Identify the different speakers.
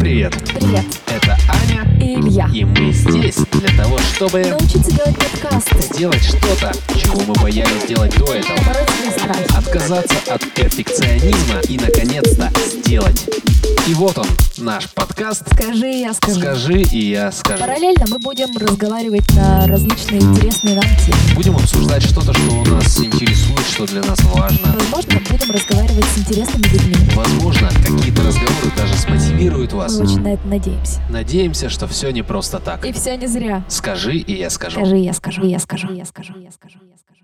Speaker 1: Привет.
Speaker 2: Привет.
Speaker 1: Это Аня.
Speaker 2: И Илья.
Speaker 1: И мы здесь для того, чтобы
Speaker 2: Научиться делать подкасты.
Speaker 1: сделать что-то, чего мы боялись делать до этого.
Speaker 2: Побороть свои страхи.
Speaker 1: Отказаться от перфекционизма и, наконец-то, сделать. И вот он, наш подкаст
Speaker 2: Скажи, я скажу.
Speaker 1: «Скажи, и я скажу».
Speaker 2: Параллельно мы будем разговаривать на различные интересные нам темы.
Speaker 1: Будем обсуждать что-то, что у нас интересует, что для нас важно.
Speaker 2: Возможно, будем разговаривать с интересными людьми.
Speaker 1: Возможно, какие-то разговоры даже смотивируют вас.
Speaker 2: Мы очень на это надеемся.
Speaker 1: Надеемся, что все не просто так.
Speaker 2: И все не зря.
Speaker 1: «Скажи, и я скажу».
Speaker 2: Скажи, я скажу, я скажу, я скажу, я скажу, я скажу.